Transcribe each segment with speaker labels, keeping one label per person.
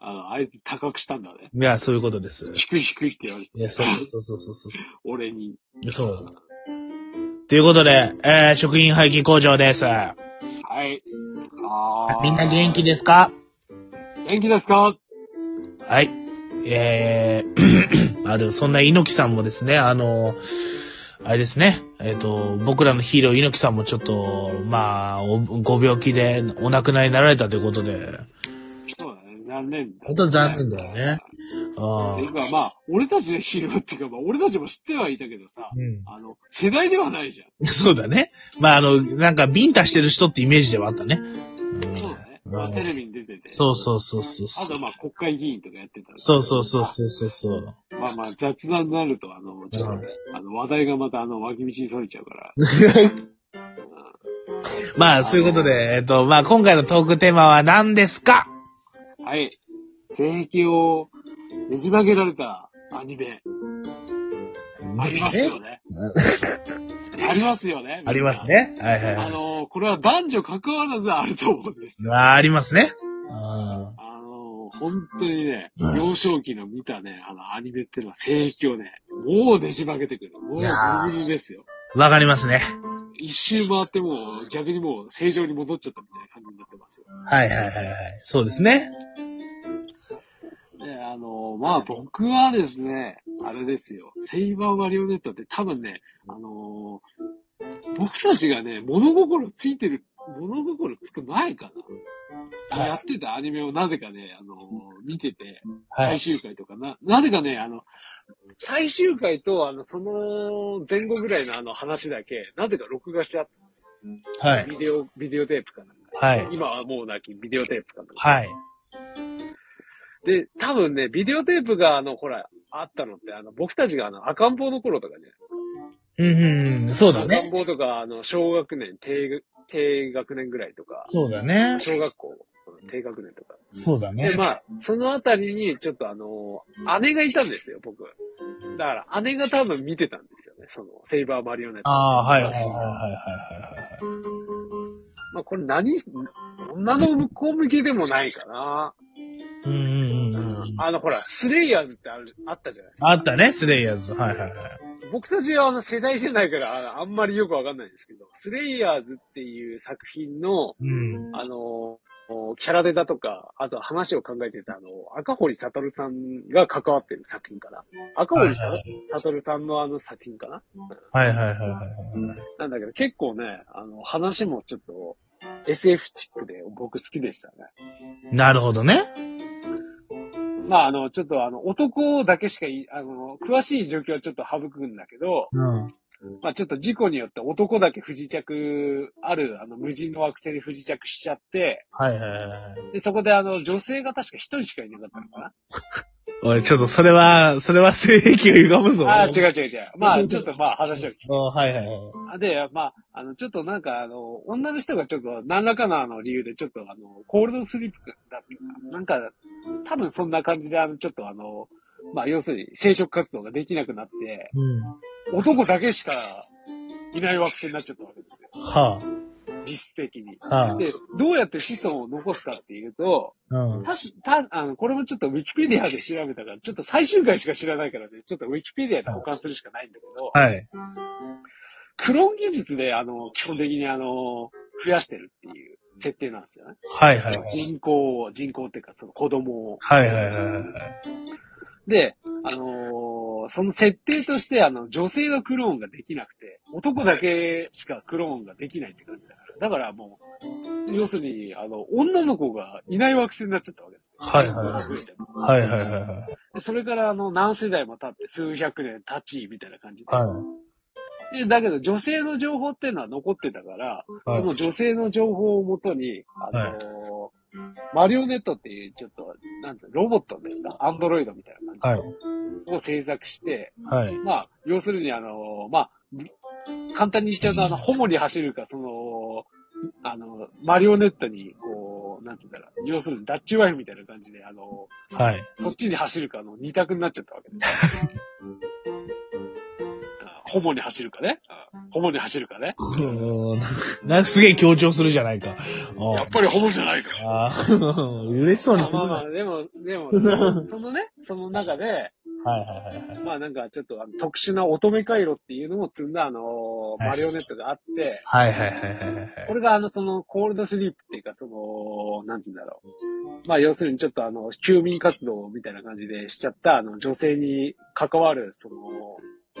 Speaker 1: あえて高くしたんだね。
Speaker 2: いや、そういうことです。
Speaker 1: 低い低いって言われて、
Speaker 2: いや、そうそうそうそうそう。
Speaker 1: 俺に。
Speaker 2: そう。ということで、えー、食品廃棄工場です。
Speaker 1: はい。あー
Speaker 2: みんな元気ですか
Speaker 1: 元気ですか
Speaker 2: はい。えー、 あ、でもそんな猪木さんもですね、あの、あれですね、えっ、と、僕らのヒーロー猪木さんもちょっと、まあ、おご病気でお亡くなりになられたということで、
Speaker 1: そうだね。残念だ。
Speaker 2: 本当に残念だよね。あ
Speaker 1: で
Speaker 2: ー
Speaker 1: 今まあ、俺たちのヒーローっていうか、まあ、俺たちも知ってはいたけどさ、
Speaker 2: う
Speaker 1: あの、世代ではないじゃ
Speaker 2: ん、 そうだね。まあ、あの、なんか、ビンタしてる人ってイメージではあったね。うん
Speaker 1: ん。そうだね。まあ、
Speaker 2: うん
Speaker 1: テレビに出てて。
Speaker 2: そうそうそうそうそ
Speaker 1: あ
Speaker 2: う。
Speaker 1: とまあ、国会議員とかやってたら
Speaker 2: そうそうそうそうそうそう。
Speaker 1: まあまあ、雑談になると、あの、ちょっとね、あの、話題がまた、あの、脇道にそれちゃうから。
Speaker 2: まあ、そういうことで、えっと、まあ、今回のトークテーマは何ですか
Speaker 1: はい。性癖をねじ曲げられたアニメ。ありますよね。 ありますよね。
Speaker 2: あります。ね。はいはい
Speaker 1: あ
Speaker 2: は
Speaker 1: の、これは男女関わらずあると思うんです
Speaker 2: い。
Speaker 1: よ。
Speaker 2: まあ、ありますね。あ
Speaker 1: あの、本当にね、
Speaker 2: うん
Speaker 1: 幼少期の見たね、あの、アニメっていうのは性癖をね、もうねじ曲げてくる。もう
Speaker 2: いやー
Speaker 1: 無理ですよ。
Speaker 2: ーわかりますね。
Speaker 1: 一周回ってもう、逆にもう正常に戻っちゃったみたいな感じになってますよ。
Speaker 2: はいはいはいはい。そうですね。
Speaker 1: で、あの、まあ僕はですね、あれですよ、セイバーマリオネットって多分ね、あのー僕たちがね、物心ついてる、物心つく前かな。
Speaker 2: はい
Speaker 1: やってたアニメをなぜかね、あのー見てて、
Speaker 2: は
Speaker 1: 最
Speaker 2: い。
Speaker 1: 終回とかな、なぜかね、あの、最終回と、あの、その前後ぐらいのあの話だけ、なぜか録画してあっ
Speaker 2: は
Speaker 1: た。
Speaker 2: い。
Speaker 1: ビデオ、ビデオテープかなんか。
Speaker 2: はい。
Speaker 1: 今はもうなき、ビデオテープかなんか。
Speaker 2: はい。
Speaker 1: で、多分ね、ビデオテープが、あの、ほら、あったのって、あの、僕たちが、あの、赤ん坊の頃とかね、
Speaker 2: うんうんうん、そうだ
Speaker 1: 赤ん
Speaker 2: ね。
Speaker 1: 坊とか、あの、小学年、低、低学年ぐらいとか、
Speaker 2: そうだね。
Speaker 1: 小学校、低学年とか。
Speaker 2: そうだね
Speaker 1: で、。まあ、そのあたりに、ちょっとあの、姉がいたんですよ、僕。だから、姉が多分見てたんですよね、その、セイバーマリオネット。
Speaker 2: ああー、はいはいはいはいはいはい。
Speaker 1: まあ、これ何、女の子向けでもないかな。
Speaker 2: うんうん
Speaker 1: う
Speaker 2: うんうん
Speaker 1: ん。あの、ほら、スレイヤーズってある、あったじゃないですか。
Speaker 2: あったね、スレイヤーズ。はいはいはい。
Speaker 1: 僕たちはあの世代じゃないからああんまりよくわかんないんですけど、スレイヤーズっていう作品の、
Speaker 2: うん。
Speaker 1: あの、キャラデザとか、あと話を考えてたあの、赤堀悟さんが関わってる作品かな。赤堀さ
Speaker 2: はい
Speaker 1: 悟さんのあの作品かな。
Speaker 2: はいはいはいはいはい。
Speaker 1: なんだけど結構ね、あの、話もちょっと SF チックで僕好きでしたね。
Speaker 2: なるほどね。
Speaker 1: まああの、ちょっとあの、男だけしかい、あの、詳しい状況はちょっと省くんだけど、
Speaker 2: うん。
Speaker 1: まあちょっと事故によって男だけ不時着、ある、あの、無人の惑星に不時着しちゃって、
Speaker 2: はいはいはいはい。
Speaker 1: で、そこであの、女性が確か一人しかいなかったのか
Speaker 2: おい、ちょっとそれは、それは性癖を歪むぞ。
Speaker 1: なああ、違う
Speaker 2: う。
Speaker 1: 違う違う。まあちょっとまあ話を聞
Speaker 2: はいはいはい。
Speaker 1: く。で、まあ、あの、ちょっとなんかあの、女の人がちょっと何らかのあの理由でちょっとあの、コールドスリープだなんか、多分そんな感じであの、ちょっとあの、まあ要するに生殖活動ができなくなって、
Speaker 2: うん。
Speaker 1: 男だけしかいない惑星になっちゃったわけですよ。
Speaker 2: は
Speaker 1: 実質的に。
Speaker 2: あ、は
Speaker 1: で、どうやって子孫を残すかっていうと、
Speaker 2: あ、うん。
Speaker 1: たし、た、あの、これもちょっとウィキペディアで調べたから、ちょっと最終回しか知らないからね、ちょっとウィキペディアで保管するしかないんだけど、
Speaker 2: はい。
Speaker 1: クローン技術で、あの、基本的にあの、増やしてるっていう設定なんですよね。
Speaker 2: はいはいはい。
Speaker 1: 人口を、人口っていうか、その子供を。
Speaker 2: はいはいはいはい。
Speaker 1: で、あのーその設定として、あの、女性がクローンができなくて、男だけしかクローンができないって感じだから。だからもう、要するに、あの、女の子がいない惑星になっちゃったわけですよ。
Speaker 2: はいはいはい
Speaker 1: 人口が増えちゃって
Speaker 2: はいはいはいはい。
Speaker 1: でそれから、あの、何世代も経って、数百年経ち、みたいな感じで。
Speaker 2: は
Speaker 1: で、だけど、女性の情報っていうのは残ってたから、
Speaker 2: い。はい
Speaker 1: その女性の情報をもとに、あのーマリオネットっていう、ちょっと、なんて、ロボットですかアンドロイドみたいな
Speaker 2: は
Speaker 1: 感
Speaker 2: い。
Speaker 1: じを制作して、
Speaker 2: はい。
Speaker 1: まあ、要するに、あのーまあ、簡単に言っちゃうと、あの、ホモに走るか、その、あの、マリオネットに、こう、なんて言うんだろう、要するに、ダッチワイフみたいな感じで、あのー
Speaker 2: はい。
Speaker 1: そっちに走るかの二択になっちゃったわけです。うんホモに走るかね。うんホモに走るかね。
Speaker 2: うんなすげえ強調するじゃないか。うん
Speaker 1: やっぱりホモじゃないか。
Speaker 2: あー嬉しそうに
Speaker 1: あ
Speaker 2: する
Speaker 1: まあ
Speaker 2: な。
Speaker 1: まあ、でも、で も、そのそのね、その中で、
Speaker 2: はいはいはいはい。
Speaker 1: まあなんかちょっとあの特殊な乙女回路っていうのを積んだあの、
Speaker 2: はい
Speaker 1: マリオネットがあって、
Speaker 2: はいはいはいはいはい。
Speaker 1: これがあの、その、コールドスリープっていうか、その、なんて言うんだろう。まあ要するにちょっとあの、休眠活動みたいな感じでしちゃった、あの、女性に関わる、その、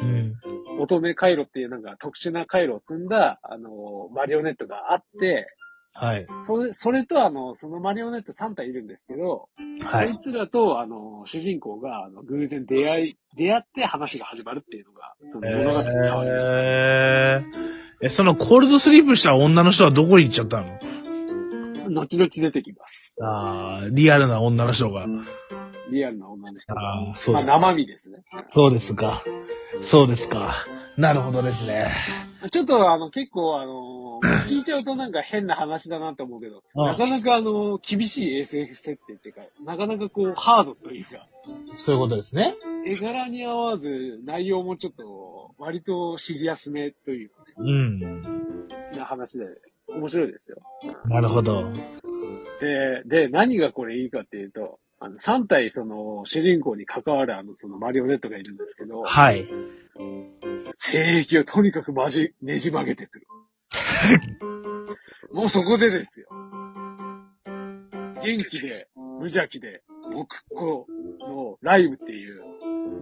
Speaker 2: うん。
Speaker 1: 乙女回路っていうなんか特殊な回路を積んだ、あの、マリオネットがあって、
Speaker 2: はい。
Speaker 1: それ、それとあの、そのマリオネット3体いるんですけど、
Speaker 2: は
Speaker 1: そい
Speaker 2: い。
Speaker 1: つらとあの、主人公があの偶然出会い、出会って話が始まるっていうのが、その物語の触りです。
Speaker 2: えー、え、そのコールドスリープした女の人はどこに行っちゃったの
Speaker 1: 後々出てきます。
Speaker 2: ああ、リアルな女の人が。
Speaker 1: リアルな女の人が。
Speaker 2: ああ、そう
Speaker 1: まあ
Speaker 2: です。
Speaker 1: 生身ですね。
Speaker 2: そうですか。そうですか。なるほどですね。
Speaker 1: ちょっとあの結構あ の、聞いちゃうとなんか変な話だなと思うけど、
Speaker 2: うん
Speaker 1: なかなかあの、厳しい SF 設定っていうか、なかなかこう、ハードというか、
Speaker 2: そういうことですね。
Speaker 1: 絵柄に合わず、内容もちょっと、割とシリアスめというか
Speaker 2: うん。
Speaker 1: な話で、面白いですよ。
Speaker 2: なるほど。
Speaker 1: で、で、何がこれいいかっていうと、あの、3体その、主人公に関わるあの、そのマリオネットがいるんですけど、
Speaker 2: はい。
Speaker 1: 性域をとにかくまじ、ねじ曲げ てくる。もうそこでですよ。元気で、無邪気で、僕っ子のライブっていう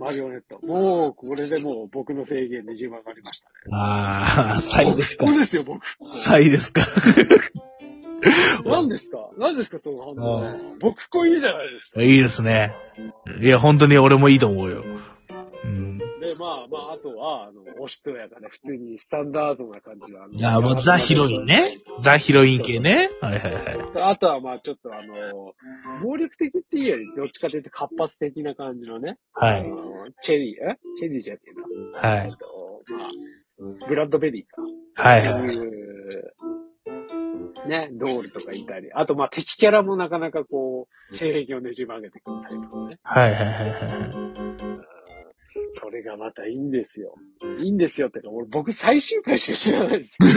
Speaker 1: マリオネット。もう、これでもう僕の制限ねじ曲がりましたね。
Speaker 2: ああ、サイですか
Speaker 1: こ。れですよ、僕っ子。
Speaker 2: サイですか。
Speaker 1: 何ですか何ですか、その反応。僕っ子いいじゃないですか。
Speaker 2: いいですね。いや、本当に俺もいいと思うよ。うん。
Speaker 1: で、まあまあ、あとは、あの、おしとやかで、普通にスタンダードな感じは。あの
Speaker 2: いや、もうザヒロインね。。ザヒロイン系ね。はいはいはい。
Speaker 1: あとは、まあ、ちょっとあの、暴力的っていうより、どっちかというと活発的な感じのね、
Speaker 2: は
Speaker 1: あ
Speaker 2: い。
Speaker 1: のチェリー、えチェリーじゃねえな。
Speaker 2: はい
Speaker 1: えっ。と、まあ、ブラッドベリーか。
Speaker 2: はい
Speaker 1: そう
Speaker 2: はい。
Speaker 1: いう、ね、ドールとかいたり。あと、まあ、敵キャラもなかなかこう、性癖をねじ曲げてくるタイプのね。
Speaker 2: はいはいはいはい。
Speaker 1: それがまたいいんですよ。いいんですよってか、俺、僕最終回しか知らない です。ね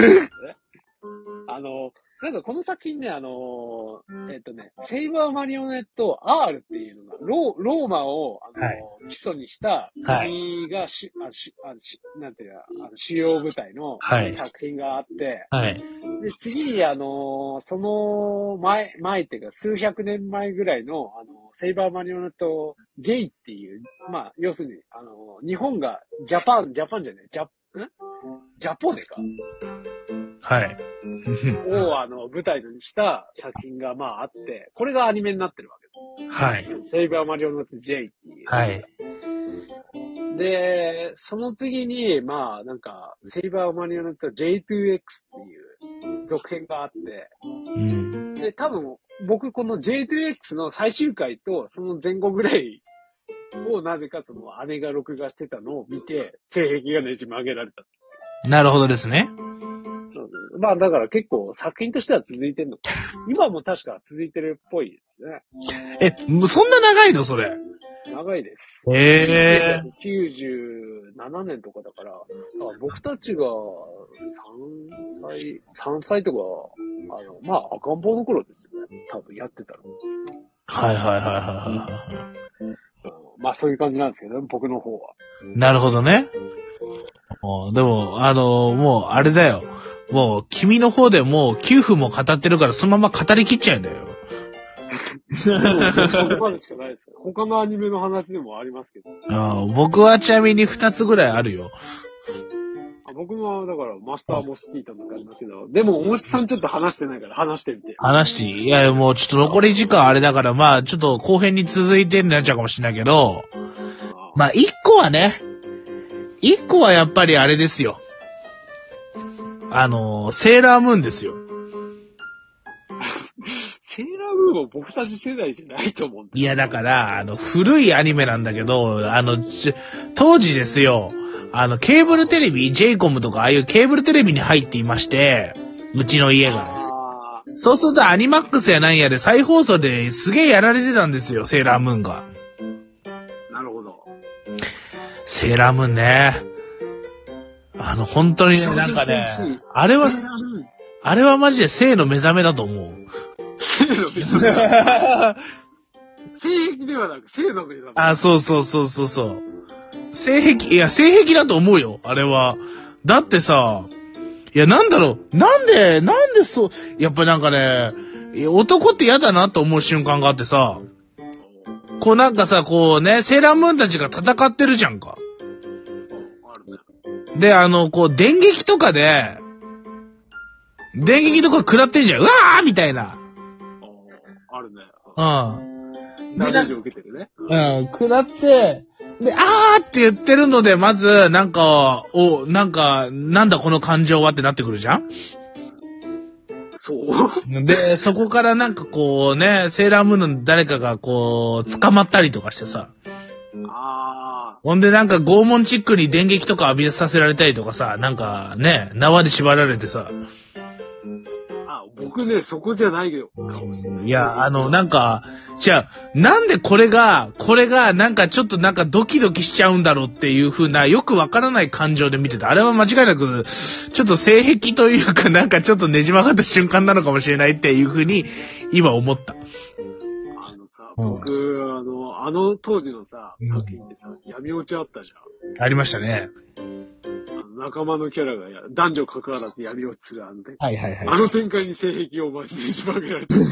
Speaker 1: あの、なんかこの作品ね、あの、えっ、とね、セイバーマリオネット R っていうのが、ローローマを、あの、
Speaker 2: はい
Speaker 1: 基礎にした
Speaker 2: はい
Speaker 1: 国がし、あしあし、なんていうか、あの主要部隊の
Speaker 2: はい
Speaker 1: 作品があって、
Speaker 2: はい。
Speaker 1: で、次に、あの、その前、前っていうか、数百年前ぐらいの、あの、セイバーマリオネット J っていう、まあ、要するに、あの、日本が、ジャパン、ジャパンじゃない、ジャ、んジャポネか
Speaker 2: はい。
Speaker 1: を、あの、舞台にした作品が、まあ、あって、これがアニメになってるわけ
Speaker 2: はい
Speaker 1: です。。セイバーマリオネット J っていう。
Speaker 2: はい。
Speaker 1: で、その次に、まあ、なんか、セイバーマリオネット J2X っていう続編があって、
Speaker 2: うん。
Speaker 1: で、多分、僕、この J2X の最終回と、その前後ぐらいを、なぜかその姉が録画してたのを見て、性癖がねじ曲げられた。
Speaker 2: なるほどですね。
Speaker 1: そうまあ、だから結構作品としては続いてるの。今も確か続いてるっぽいです
Speaker 2: え、もうそんな長いのそれ。
Speaker 1: ね。長いです。
Speaker 2: ええ
Speaker 1: 1997年とかだから、だから僕たちが3歳、3歳とか、あの、まあ、赤ん坊の頃ですよね。多分やってたの。
Speaker 2: はいはいはいはいは
Speaker 1: うんまあ、そういう感じなんですけど、僕の方は。
Speaker 2: い。なるほどね。おでも、あのもう、あれだよ。もう、君の方でもう、9分も語ってるから、そのまま語りきっちゃうんだよ。
Speaker 1: そこまでしかないですから。他のアニメの話でもありますけど。
Speaker 2: あー僕はちなみに2つぐらいあるよ。
Speaker 1: あ僕もだからマスターモスキートの感じだけど、でも大内さんちょっと話してないから話してみて。
Speaker 2: 話していいいや、もうちょっと残り時間あれだから、まあ、ちょっと後編に続いてになっちゃうかもしれないけど、まあ、一個はね、一個はやっぱりあれですよ。あの、セーラームーンですよ。
Speaker 1: セーラームーンは僕たち世代じゃないと思うんだ
Speaker 2: いや、だから、あの、古いアニメなんだけど、あの、ち当時ですよ、あの、ケーブルテレビ、j イコムとか、ああいうケーブルテレビに入っていまして、うちの家が。
Speaker 1: あー
Speaker 2: そうするとアニマックスやなんやで再放送ですげえやられてたんですよ、セーラームーンが。
Speaker 1: なるほど。
Speaker 2: セーラームーンね。あの、本当にね、
Speaker 1: そう
Speaker 2: なんか
Speaker 1: そうそう
Speaker 2: ね、あれは、あれはマジで性の目覚めだと思う。
Speaker 1: 性癖ではなく、性の目覚め。
Speaker 2: あ、そうそうそうそうそう。性癖、いや、性癖だと思うよ、あれは。だってさ、いや、なんだろう、なんで、なんでそう、やっぱなんかね、いや男って嫌だなと思う瞬間があってさ、こうなんかさ、こうね、セーラームーンたちが戦ってるじゃんか。
Speaker 1: あるね
Speaker 2: で、あの、こう、電撃とかで、電撃とか食らってんじゃん。うわーみたいな。
Speaker 1: あるね。
Speaker 2: うん。
Speaker 1: ダメージを受けてるね。
Speaker 2: うん、食らって、で、あーって言ってるので、まず、なんか、お、なんか、なんだこの感情はってなってくるじゃん
Speaker 1: そう。
Speaker 2: で、そこからなんかこうね、セーラームーンの誰かがこう、捕まったりとかしてさ。
Speaker 1: あ
Speaker 2: ほんでなんか拷問チックに電撃とか浴びさせられたりとかさ、なんかね、縄で縛られてさ。
Speaker 1: ーあ、僕ね、そこじゃないけど、かもしれない。
Speaker 2: いや、あの、なんか、じゃあ、なんでこれが、これが、なんかちょっとなんかドキドキしちゃうんだろうっていう風な、よくわからない感情で見てた。あれは間違いなく、ちょっと性癖というか、なんかちょっとねじ曲がった瞬間なのかもしれないっていう風に、今思った。
Speaker 1: あのさ、
Speaker 2: うん
Speaker 1: 僕、あの、あの当時のさ、
Speaker 2: うん
Speaker 1: 作品でさ、闇落ちあったじ
Speaker 2: ありましたね。
Speaker 1: ゃん。あの仲間のキャラがや、男女関わらず闇落ちするあの展開
Speaker 2: はいはいは
Speaker 1: あの展開に性癖をまじでしばげられてる。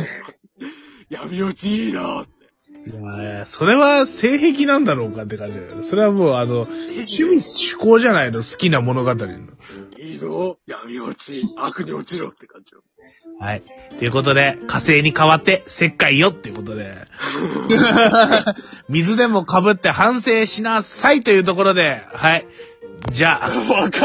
Speaker 1: 闇落ちいいなーって。
Speaker 2: いやーそれは性癖なんだろうかって感じだよね。それはもう、あの、趣味趣向じゃないの、好きな物語の。
Speaker 1: いいぞ、闇落ち、悪に落ちろって感じの。
Speaker 2: はい。ということで、火星に変わって石灰よっていうことで。水でも被って反省しなさいというところで、はい。じゃあ。
Speaker 1: わか